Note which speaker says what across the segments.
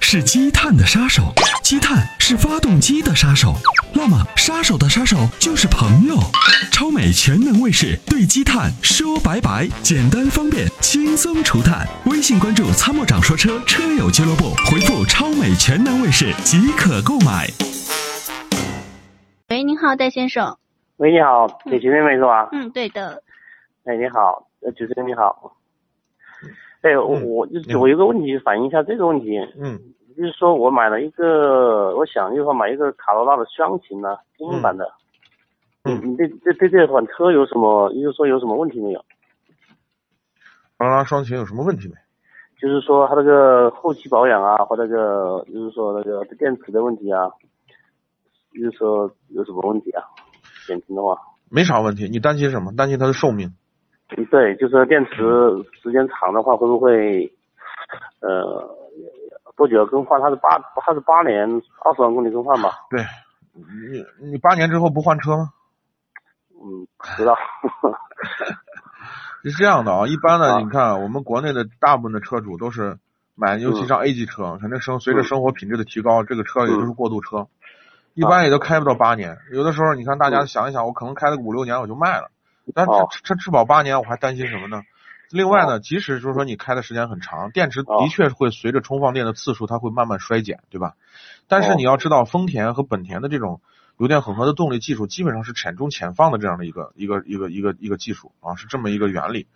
Speaker 1: 是积碳的杀手，积碳是发动机的杀手。那么，杀手的杀手就是朋友。超美全能卫士对积碳说拜拜，简单方便，轻松除碳。微信关注“参谋长说车”车友俱乐部，回复“超美全能卫士”即可购买。
Speaker 2: 喂，您好，戴先生。
Speaker 3: 喂，你好，李学妹妹是吧？
Speaker 2: 嗯，对的。
Speaker 3: 哎，你好，呃，主持人你好。哎，我我就是我有个问题反映一下这个问题，
Speaker 4: 嗯
Speaker 3: 就是说我买了一个，我想就是说买一个卡罗拉的双擎呢，精英版的。你
Speaker 4: 嗯，
Speaker 3: 你对对对这款车有什么，就是说有什么问题没有？
Speaker 4: 卡罗拉双擎有什么问题没？
Speaker 3: 就是说它那个后期保养啊，和那个就是说那个电池的问题啊，就是说有什么问题啊？简称的话，
Speaker 4: 没啥问题，你担心什么？担心它的寿命？
Speaker 3: 嗯对，就是说电
Speaker 4: 嗯
Speaker 3: 池时间长的话，会不会呃多久要更换？它是八它是八年二十万公里更换吧？
Speaker 4: 对，你你八年之后不换车吗？
Speaker 3: 嗯，不知道。
Speaker 4: 是这样的啊，一般的
Speaker 3: 啊
Speaker 4: 你看，我们国内的大部分的车主都是买，尤
Speaker 3: 嗯
Speaker 4: 其像 A 级车，肯定生随着生活品质的提高，这个车也
Speaker 3: 嗯
Speaker 4: 就是过渡车，一般也都开不到八年。有的时候你看，大家
Speaker 3: 嗯
Speaker 4: 想一想，我可能开了个五六年我就卖了，但是
Speaker 3: 哦
Speaker 4: 车质保八年，我还担心什么呢？另外呢，即使就是说你开的时间很长，电池
Speaker 3: 哦
Speaker 4: 的确会随着充放电的次数，它会慢慢衰减，对吧？但是
Speaker 3: 哦
Speaker 4: 你要知道，丰田和本田的这种油电混合的动力技术，基本上是浅中浅放的这样的一个一个一个一个一个技术啊，是这么一个原理。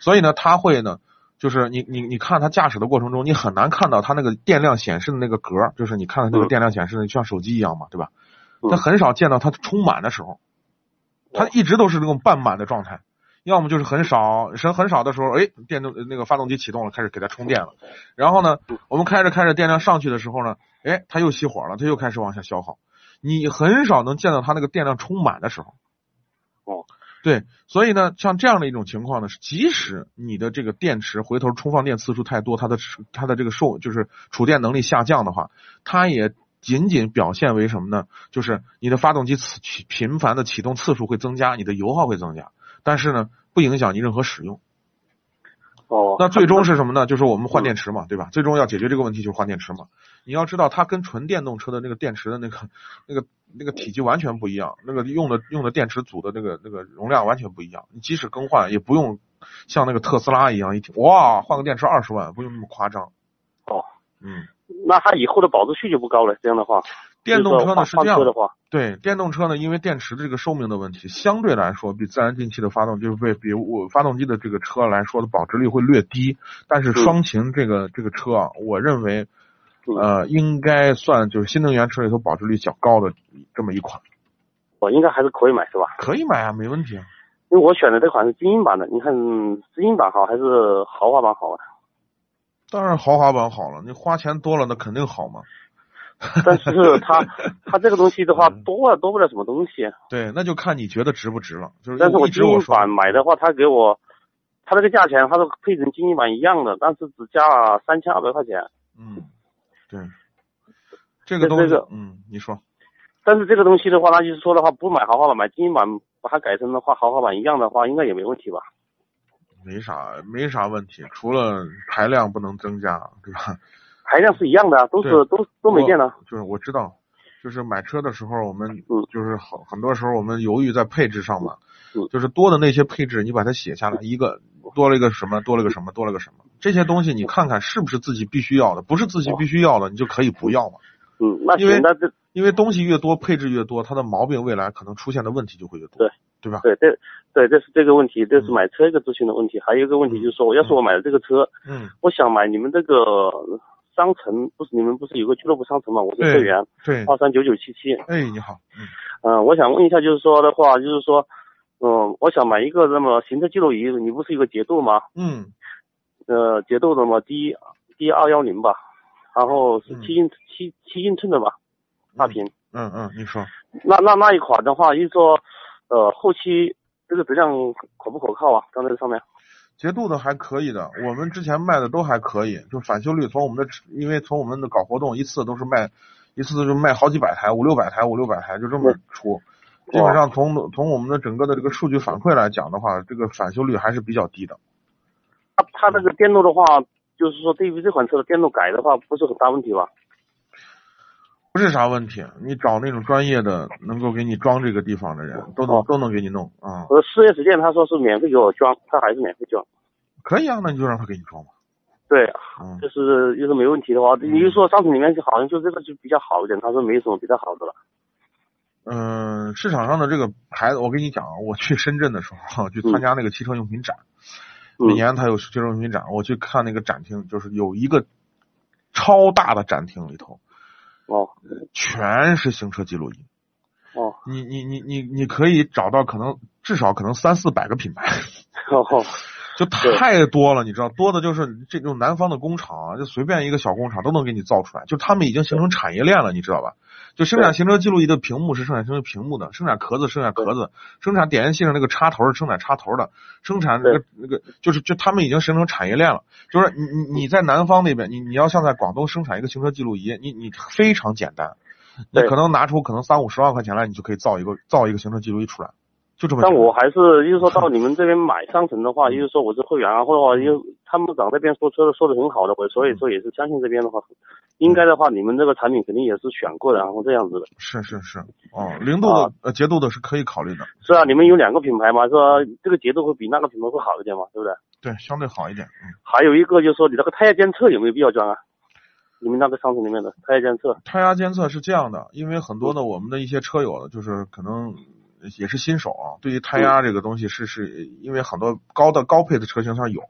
Speaker 4: 所以呢，它会呢，就是你你你看它驾驶的过程中，你很难看到它那个电量显示的那个格儿，就是你看到那
Speaker 3: 嗯
Speaker 4: 个电量显示的，就像手机一样嘛，对吧？
Speaker 3: 嗯
Speaker 4: 它很少见到它充满的时候，它一直都是那种半满的状态。要么就是很少，很很少的时候，哎，电动那个发动机启动了，开始给它充电了。然后呢，
Speaker 3: 嗯
Speaker 4: 我们开着开着电量上去的时候呢，哎，它又熄火了，它又开始往下消耗。你很少能见到它那个电量充满的时候。
Speaker 3: 哦，
Speaker 4: 对，所以呢，像这样的一种情况呢，是即使你的这个电池回头充放电次数太多，它的它的这个受就是储电能力下降的话，它也仅仅表现为什么呢？就是你的发动机次起频繁的启动次数会增加，你的油耗会增加，但是呢，不影响你任何使用。
Speaker 3: 哦，
Speaker 4: 那最终是什么呢？就是我们换电池
Speaker 3: 嗯
Speaker 4: 嘛，对吧？最终要解决这个问题就是换电池嘛。你要知道，它跟纯电动车的那个电池的那个、 那个、那个体积完全不一样，那个用的用的电池组的那个那个容量完全不一样。你即使更换，也不用像那个特斯拉一样一听哇，换个电池二十万，不用那么夸张。
Speaker 3: 哦，
Speaker 4: 嗯，
Speaker 3: 那它以后的保值率就不高了。这样的话，
Speaker 4: 电动车
Speaker 3: 就
Speaker 4: 呢
Speaker 3: 是是说换
Speaker 4: 这
Speaker 3: 换
Speaker 4: 样
Speaker 3: 车的，
Speaker 4: 的
Speaker 3: 话，
Speaker 4: 对，电动车呢，因为电池的这个寿命的问题，相对来说比自然进气的发动就是被比我发动机的这个车来说的保值率会略低，但是
Speaker 3: 嗯
Speaker 4: 双擎这个这个车啊，我认为
Speaker 3: 嗯
Speaker 4: 呃应该算就是新能源车里头保值率较高的这么一款，
Speaker 3: 我应该还是可以买是吧？
Speaker 4: 可以买啊，没问题啊。
Speaker 3: 因为我选的这款是精英版的，你看精英版好还是豪华版好啊？
Speaker 4: 当然豪华版好了，你花钱多了那肯定好嘛。
Speaker 3: 但是 它它这个东西的
Speaker 4: 嗯
Speaker 3: 话，多了啊多不了什么东西。
Speaker 4: 对，那就看你觉得值不值了。就是
Speaker 3: 但是
Speaker 4: 我一直
Speaker 3: 精
Speaker 4: 我
Speaker 3: 英
Speaker 4: 说
Speaker 3: 版买的话，它给我它那个价钱，它都配成精英版一样的，但是只加了三千二百块钱。
Speaker 4: 嗯，对，这
Speaker 3: 那
Speaker 4: 个东西
Speaker 3: 这个
Speaker 4: 嗯，你说
Speaker 3: 但是这个东西的话，那就是说的话，不买豪华版，买精英版，把它改成的话，豪华版一样的话，应该也没问题吧？
Speaker 4: 没啥没啥问题，除了排量不能增加，对吧？
Speaker 3: 排量是一样的啊，都是
Speaker 4: 对
Speaker 3: 都都没变的。
Speaker 4: 就是我知道，就是买车的时候，我们
Speaker 3: 嗯
Speaker 4: 就是很很多时候我们犹豫在配置上嘛
Speaker 3: 嗯，
Speaker 4: 就是多的那些配置，你把它写下来，一个多了一个什么，多了个什么，多了个什么，这些东西你看看是不是自己必须要的，不是自己必须要的，你就可以不要嘛。
Speaker 3: 嗯，那
Speaker 4: 因为
Speaker 3: 行，那这
Speaker 4: 因为东西越多，配置越多，它的毛病未来可能出现的问题就会越多
Speaker 3: 对，
Speaker 4: 对吧？
Speaker 3: 对这对这是这个问题，这是
Speaker 4: 嗯
Speaker 3: 买车一个咨询的问题，还有一个问题
Speaker 4: 嗯
Speaker 3: 就是说，我要是我买了这个车，
Speaker 4: 嗯，
Speaker 3: 我想买你们这个商城，不是你们不是有个俱乐部商城嘛？我是会员，
Speaker 4: 对。
Speaker 3: 二三九九七七。
Speaker 4: 哎，你好，嗯，
Speaker 3: 嗯，我想问一下，就是说的话，就是说，嗯，我想买一个那么行车记录仪，你不是有个捷度吗？
Speaker 4: 嗯，
Speaker 3: 呃，捷度的嘛，D D 二幺零吧，然后是
Speaker 4: 嗯
Speaker 3: 七英七七英寸的吧，大屏。
Speaker 4: 嗯嗯，你说，
Speaker 3: 那那那一款的话，就是说，呃，后期这个质量可不可靠啊？刚才上面，
Speaker 4: 捷度的还可以的，我们之前卖的都还可以，就返修率从我们的，因为从我们的搞活动一次都是卖，一次就卖好几百台，五六百台，五六百台就这么出。基本上从从我们的整个的这个数据反馈来讲的话，这个返修率还是比较低的。
Speaker 3: 它它这个电路的话，就是说对于这款车的电动改的话，不是很大问题吧？
Speaker 4: 不是啥问题，你找那种专业的能够给你装这个地方的人，都能
Speaker 3: 哦
Speaker 4: 都能给你弄啊、
Speaker 3: 我的四 S 店他说是免费给我装，他还是免费装。
Speaker 4: 可以啊，那你就让他给你装吧，
Speaker 3: 对，
Speaker 4: 嗯，
Speaker 3: 就是就是没问题的话，你就说商品里面就好像就这个就比较好一点，他说没什么比较好的了。
Speaker 4: 嗯，市场上的这个牌子，我跟你讲啊，我去深圳的时候去参加那个汽车用品展，每
Speaker 3: 嗯
Speaker 4: 年它有汽车用品展，我去看那个展厅，就是有一个超大的展厅里头
Speaker 3: 哦
Speaker 4: 全是行车记录仪，
Speaker 3: 哦
Speaker 4: 你你你你你可以找到可能至少可能三四百个品牌，
Speaker 3: 哦
Speaker 4: 就太多了，你知道，多的就是这种南方的工厂啊，就随便一个小工厂都能给你造出来，就他们已经形成产业链了，你知道吧？就生产行车记录仪的屏幕是生产行车屏幕的，生产壳子生产壳子，生产点烟器上那个插头是生产插头的，生产那个那个就是就他们已经形成产业链了。就是你你你在南方那边，你你要像在广东生产一个行车记录仪，你你非常简单，你
Speaker 3: 对
Speaker 4: 可能拿出可能三五十万块钱来，你就可以造一个造一个行车记录仪出来，就这么简
Speaker 3: 但
Speaker 4: 单。
Speaker 3: 我还是就是说到你们这边买商城的话，就是说我是会员啊，或者话又参谋长这边说车的说的很好的，我所以说也是相信这边的话，应该的话你们这个产品肯定也是选过的，然啊后这样子的。
Speaker 4: 是是是，哦，零度的、
Speaker 3: 啊
Speaker 4: 呃节度的是可以考虑的，
Speaker 3: 是啊，你们有两个品牌嘛，是吧？这个节奏会比那个品牌会好一点嘛，对不对？
Speaker 4: 对，相对好一点。嗯，
Speaker 3: 还有一个就是说你那个胎压监测有没有必要装啊？你们那个商城里面的胎压监测，
Speaker 4: 胎压监测是这样的，因为很多的我们的一些车友呢，就是可能也是新手啊，对于胎压这个东西是是因为很多高的高配的车型它有，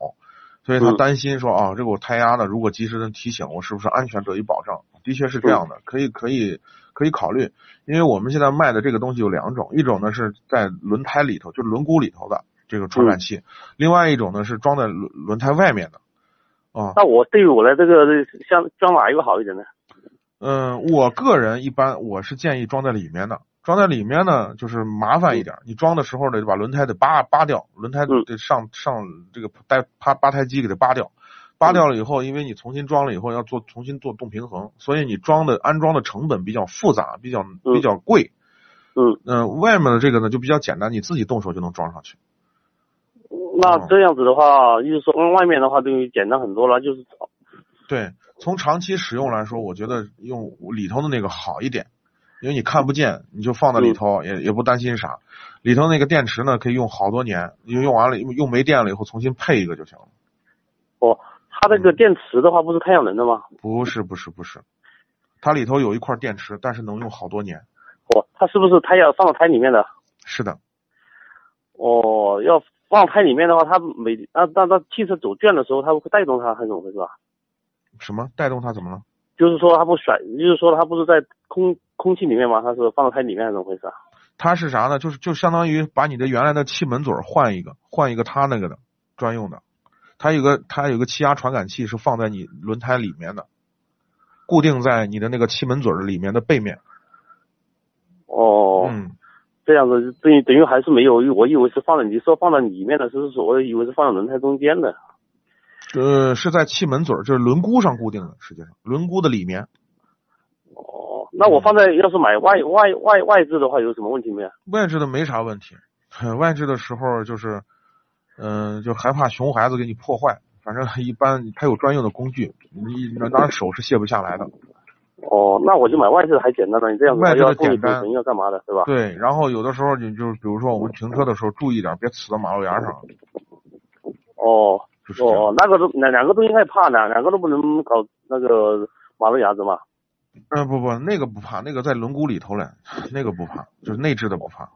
Speaker 4: 所以他
Speaker 3: 嗯
Speaker 4: 担心说啊，这个我胎压的如果及时的提醒，我是不是安全得以保障？的确是这样的，可以可以可以考虑，因为我们现在卖的这个东西有两种，一种呢是在轮胎里头，就是轮毂里头的这个传感器，另外一种呢是装在轮轮胎外面的。啊，
Speaker 3: 那我对于我的这个像装哪一个好一点呢？
Speaker 4: 嗯，我个人一般我是建议装在里面的，装在里面呢就是麻烦一点儿，你装的时候得把轮胎得扒扒掉，轮胎
Speaker 3: 嗯
Speaker 4: 得上上这个带扒扒胎机给它扒掉，
Speaker 3: 嗯
Speaker 4: 扒掉了以后，因为你重新装了以后要做重新做动平衡，所以你装的安装的成本比较复杂，比较比较贵。
Speaker 3: 嗯，
Speaker 4: 嗯、外面的这个呢就比较简单，你自己动手就能装上去。
Speaker 3: 那这样子的话，就是说外面的话就简单很多了，就是
Speaker 4: 对，从长期使用来说，我觉得用里头的那个好一点，因为你看不见，你就放在里头，也也不担心啥。里头那个电池呢，可以用好多年，用用完了用用没电了以后重新配一个就行了。
Speaker 3: 哦，它这个电池的话不是太阳能的吗？
Speaker 4: 不是不是不是，它里头有一块电池，但是能用好多年。
Speaker 3: 哦，它是不是胎要放到胎里面的？
Speaker 4: 是的，
Speaker 3: 哦，要放胎里面的话，它每那那那汽车走圈的时候，它会带动它，还是怎么回事啊？
Speaker 4: 什么带动它怎么了？
Speaker 3: 就是说它不甩，就是说它不是在空空气里面吗？它是放到胎里面还是怎么回事啊？
Speaker 4: 它是啥呢？就是就相当于把你的原来的气门嘴儿换一个，换一个它那个的专用的。它有个它有个气压传感器是放在你轮胎里面的，固定在你的那个气门嘴儿里面的背面。
Speaker 3: 哦，
Speaker 4: 嗯，
Speaker 3: 这样子等于等于还是没有，我以为是放在你说放在里面的，就是所谓以为是放在轮胎中间的。
Speaker 4: 呃，是在气门嘴儿，就是轮毂上固定的，实际上轮毂的里面
Speaker 3: 哦，那
Speaker 4: 嗯
Speaker 3: 我放在要是买外外外外置的话，有什么问题没有？
Speaker 4: 外置的没啥问题。 外置的时候就是，嗯、就害怕熊孩子给你破坏。反正一般它有专用的工具，你拿手是卸不下来的。
Speaker 3: 哦，那我就买外置的还简单呢。你这样子
Speaker 4: 外置的
Speaker 3: 要动你
Speaker 4: 简单
Speaker 3: 主人要干嘛的，对吧？
Speaker 4: 对，然后有的时候你就是，比如说我们停车的时候注意点，别呲到马路牙上了，
Speaker 3: 哦，
Speaker 4: 就是这样。
Speaker 3: 哦，那个都两两个都应该怕呢，两个都不能搞那个马路牙子嘛。
Speaker 4: 嗯、不不，那个不怕，那个在轮毂里头嘞，那个不怕，就是内置的不怕。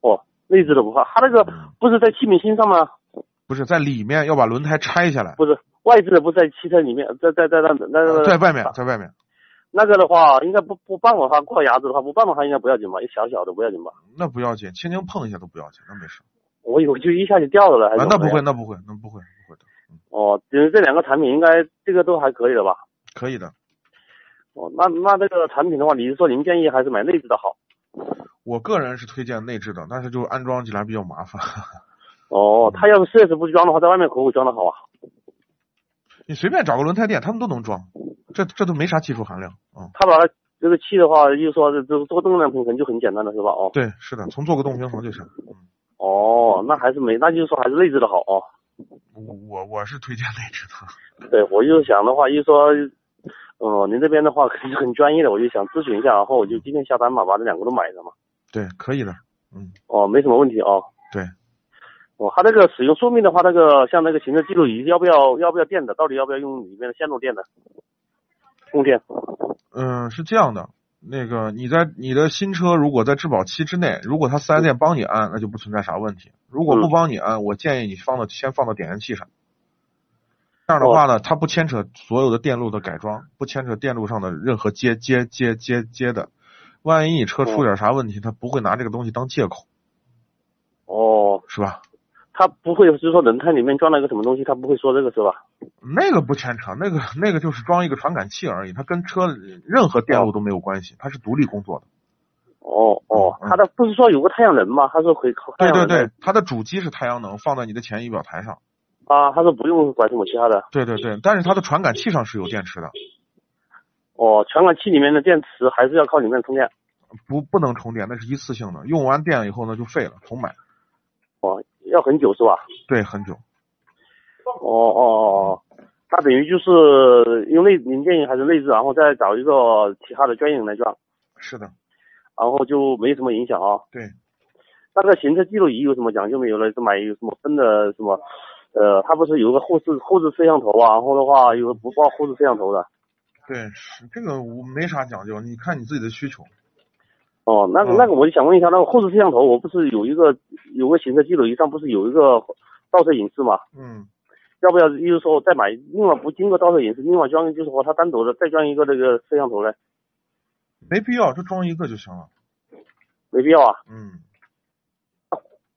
Speaker 3: 哦，内置的不怕，它那个
Speaker 4: 嗯
Speaker 3: 不是在气门芯上吗？
Speaker 4: 不是在里面要把轮胎拆下来，
Speaker 3: 不是，外置的不是在汽车里面，在在在那那
Speaker 4: 呃在
Speaker 3: 那
Speaker 4: 外面，在外面，
Speaker 3: 那个的话，应该不不绊我它过牙子的话，不绊我它应该不要紧吧，一小小的不要紧吧。
Speaker 4: 那不要紧，轻轻碰一下都不要紧，那没事。
Speaker 3: 我以为就一下就掉了了，还是
Speaker 4: 啊，
Speaker 3: 怎么
Speaker 4: 那
Speaker 3: 样
Speaker 4: 不会，那不会，那不会，不会的，
Speaker 3: 哦，就是这两个产品应该这个都还可以了吧？
Speaker 4: 可以的。
Speaker 3: 哦，那那这个产品的话，你是说您建议还是买内置的好？
Speaker 4: 我个人是推荐内置的，但是就安装起来比较麻烦。
Speaker 3: 哦，他要是 4S 不装的话，在外面可不可以装的好啊？
Speaker 4: 你随便找个轮胎店，他们都能装，这这都没啥技术含量。嗯，
Speaker 3: 他把它这个气的话，就是说这这做动量平衡就很简单了，是吧？哦，
Speaker 4: 对，是的，从做个动平衡就行。嗯，
Speaker 3: 哦，那还是没，那就是说还是内置的好哦。
Speaker 4: 我我我是推荐内置的。
Speaker 3: 对，我就想的话，一说，呃，您这边的话肯定是很专业的，我就想咨询一下，然后我就今天下单嘛，把这两个都买了嘛。
Speaker 4: 对，可以的。
Speaker 3: 哦，没什么问题哦。
Speaker 4: 对。
Speaker 3: 哦，它那个使用说明的话，那个像那个行车记录仪，要不要要不要电的？到底要不要用里面的线路电的？供电。
Speaker 4: 嗯、是这样的，那个你在你的新车如果在质保期之内，如果它四 S 店帮你安，那就不存在啥问题。如果不
Speaker 3: 嗯
Speaker 4: 帮你安，我建议你放到先放到点烟器上。这样的话呢，它不牵扯所有的电路的改装，不牵扯电路上的任何接接接接接的。万一你车出点啥问题，它不会拿这个东西当借口，
Speaker 3: 哦，
Speaker 4: 是吧？
Speaker 3: 它不会是说轮胎里面装了一个什么东西，它不会说这个是吧？
Speaker 4: 那个不牵扯，那个那个就是装一个传感器而已，它跟车里任何电路都没有关系，它是独立工作的。
Speaker 3: 哦哦，
Speaker 4: 嗯
Speaker 3: 它的不是说有个太阳能吗？他说可以靠太
Speaker 4: 对
Speaker 3: 阳
Speaker 4: 对
Speaker 3: 能
Speaker 4: 对，它的主机是太阳能，放在你的前仪表台上。
Speaker 3: 啊，他说不用管什么其他的。
Speaker 4: 对对对，但是它的传感器上是有电池的，
Speaker 3: 哦，传感器里面的电池还是要靠里面充电。
Speaker 4: 不不能充电，那是一次性的，用完电以后呢就废了，重买。
Speaker 3: 哦，要很久是吧？
Speaker 4: 对，很久。
Speaker 3: 哦哦哦哦，那等于就是用内零建议还是内置，然后再找一个其他的专业人来装，
Speaker 4: 是的，
Speaker 3: 然后就没什么影响啊。
Speaker 4: 对。
Speaker 3: 那个行车记录仪有什么讲究没有呢？是买有什么分的什么？呃，它不是有个后视后视摄像头啊，然后的话有个不报后视摄像头的。
Speaker 4: 对，是这个我没啥讲究，你看你自己的需求。
Speaker 3: 哦，那个
Speaker 4: 嗯
Speaker 3: 那个，我就想问一下，那个后视摄像头，我不是有一个有个行车记录仪上不是有一个倒车影视嘛？
Speaker 4: 嗯，
Speaker 3: 要不要就是说我再买另外不经过倒车影视，另外装就是说它单独的再装一个那个摄像头呢？
Speaker 4: 没必要，就装一个就行了。
Speaker 3: 没必要啊。
Speaker 4: 嗯，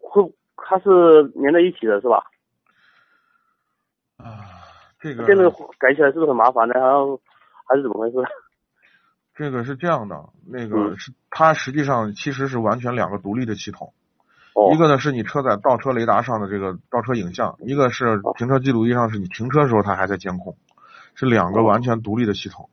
Speaker 3: 会，它是连在一起的是吧？
Speaker 4: 啊，这
Speaker 3: 这个
Speaker 4: 个
Speaker 3: 改起来是不是很麻烦呢？还要还是怎么回事？
Speaker 4: 这个是这样的，那个
Speaker 3: 嗯
Speaker 4: 是它实际上其实是完全两个独立的系统。
Speaker 3: 哦
Speaker 4: 一个呢是你车载倒车雷达上的这个倒车影像，一个是停车记录仪上是你停车时候它还在监控，是两个完全独立的系统。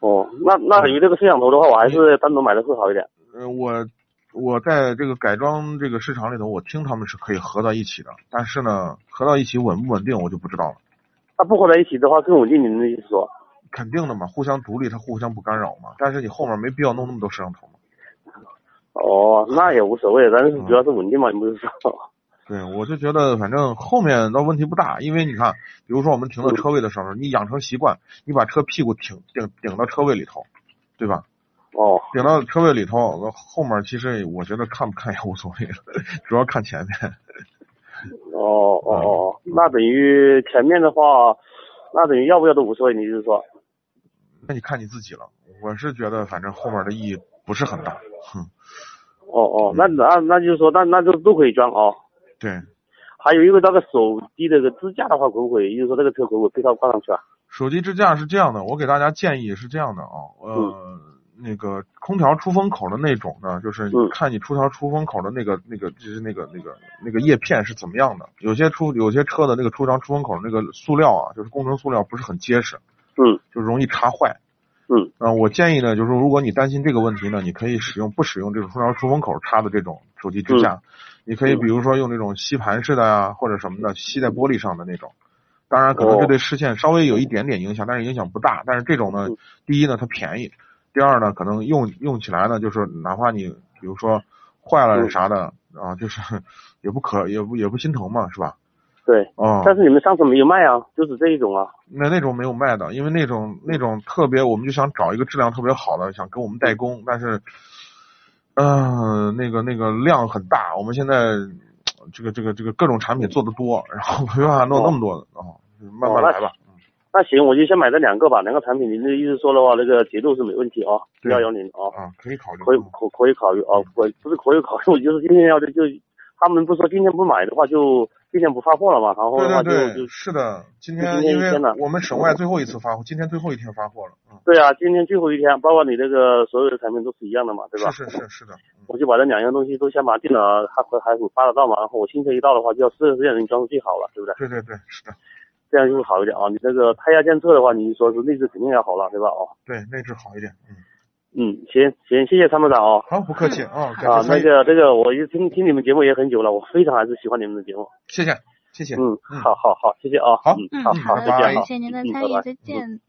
Speaker 3: 哦，那那等于这个摄像头的话，我还是单独买的会好一点。
Speaker 4: 呃，我我在这个改装这个市场里头，我听他们是可以合到一起的，但是呢，合到一起稳不稳定我就不知道了。
Speaker 3: 它不合在一起的话更稳定，你的意思说？
Speaker 4: 肯定的嘛，互相独立，它互相不干扰嘛。但是你后面没必要弄那么多摄像头嘛。
Speaker 3: 哦，那也无所谓，但是主要是稳定嘛，你不是说？
Speaker 4: 对，我就觉得反正后面倒问题不大，因为你看，比如说我们停到车位的时候，你养成习惯，你把车屁股挺顶顶到车位里头，对吧？
Speaker 3: 哦
Speaker 4: 顶到车位里头，那后面其实我觉得看不看也无所谓了，主要看前面。
Speaker 3: 哦哦哦，那等于前面的话，那等于要不要都无所谓，你就是说？
Speaker 4: 那你看你自己了。我是觉得反正后面的意义不是很大。哼，
Speaker 3: 哦哦，那那那就是说，那那就都可以装哦。
Speaker 4: 对，
Speaker 3: 还有一个那个手机的这个支架的话，可不可以？就是说那个车可不可以配套挂上去啊？
Speaker 4: 手机支架是这样的，我给大家建议是这样的啊，呃，那个空调出风口的那种呢，就是你
Speaker 3: 嗯
Speaker 4: 看你出条出风口的那个那个就是那个那个那个叶片是怎么样的。有些出有些车的那个出条出风口那个塑料啊，就是工程塑料不是很结实，
Speaker 3: 嗯，
Speaker 4: 就容易擦坏。
Speaker 3: 嗯，
Speaker 4: 呃，我建议呢，就是如果你担心这个问题呢，你可以使用不使用这种空调出风口插的这种手机支架，
Speaker 3: 嗯
Speaker 4: 你可以比如说用这种吸盘式的呀、或者什么的吸在玻璃上的那种。当然，可
Speaker 3: 哦
Speaker 4: 能这对视线稍微有一点点影响，但是影响不大。但是这种呢
Speaker 3: 嗯，
Speaker 4: 第一呢它便宜，第二呢可能用用起来呢，就是哪怕你比如说坏了
Speaker 3: 嗯
Speaker 4: 啥的、啊，就是 也不可也不也不心疼嘛，是吧？
Speaker 3: 对。
Speaker 4: 啊、
Speaker 3: 但是你们上次没有卖啊，就是这一种啊。
Speaker 4: 那那种没有卖的，因为那种那种特别，我们就想找一个质量特别好的，想给我们代工，但是，嗯、那个那个量很大，我们现在呃这个这个这个各种产品做的多，然后没办法弄那么多的啊、就慢慢来吧。
Speaker 3: 哦那行，我就先买这两个吧，两个产品。您的意思说的话，那个节奏是没问题啊，
Speaker 4: 对
Speaker 3: 幺幺零啊，
Speaker 4: 啊，可以考虑。
Speaker 3: 可以可可以考虑啊，我不是可以考虑，我就是今天要的就，他们不说今天不买的话就今天不发货了嘛，然后的话
Speaker 4: 对
Speaker 3: 就
Speaker 4: 对对，
Speaker 3: 就是
Speaker 4: 的，今
Speaker 3: 今
Speaker 4: 天
Speaker 3: 天一
Speaker 4: 因为
Speaker 3: 天了
Speaker 4: 我们省外最后一次发货，今天最后一天发货了，嗯，
Speaker 3: 对啊，今天最后一天，包括你这个所有的产品都是一样的嘛，对吧？
Speaker 4: 是是是是的，嗯
Speaker 3: 我就把这两样东西都先把它定了，还还还发得到嘛，然后我新车一到的话，就要四十件人装是最好了，对不对？
Speaker 4: 对对对，是的，
Speaker 3: 这样就会好一点啊。你这个胎压监测的话，你说是内置肯定要好了，对吧？哦，
Speaker 4: 对内置好一点，嗯，
Speaker 3: 嗯，行行，谢谢参谋长啊、
Speaker 4: 好，不客气啊，感
Speaker 3: 啊
Speaker 4: 谢，
Speaker 3: 那
Speaker 4: 参与，
Speaker 3: 个这个，我一听听你们节目也很久了，我非常还是喜欢你们的节目。
Speaker 4: 谢谢，谢谢。
Speaker 3: 嗯，好好好，谢谢啊，
Speaker 4: 好
Speaker 3: 嗯
Speaker 2: 嗯，
Speaker 3: 好
Speaker 2: 好
Speaker 3: 好，
Speaker 2: 的，
Speaker 3: 再见
Speaker 2: 感
Speaker 3: 啊，
Speaker 2: 谢您的
Speaker 3: 嗯
Speaker 2: 参
Speaker 3: 拜
Speaker 2: 与，
Speaker 3: 嗯拜
Speaker 2: 再见。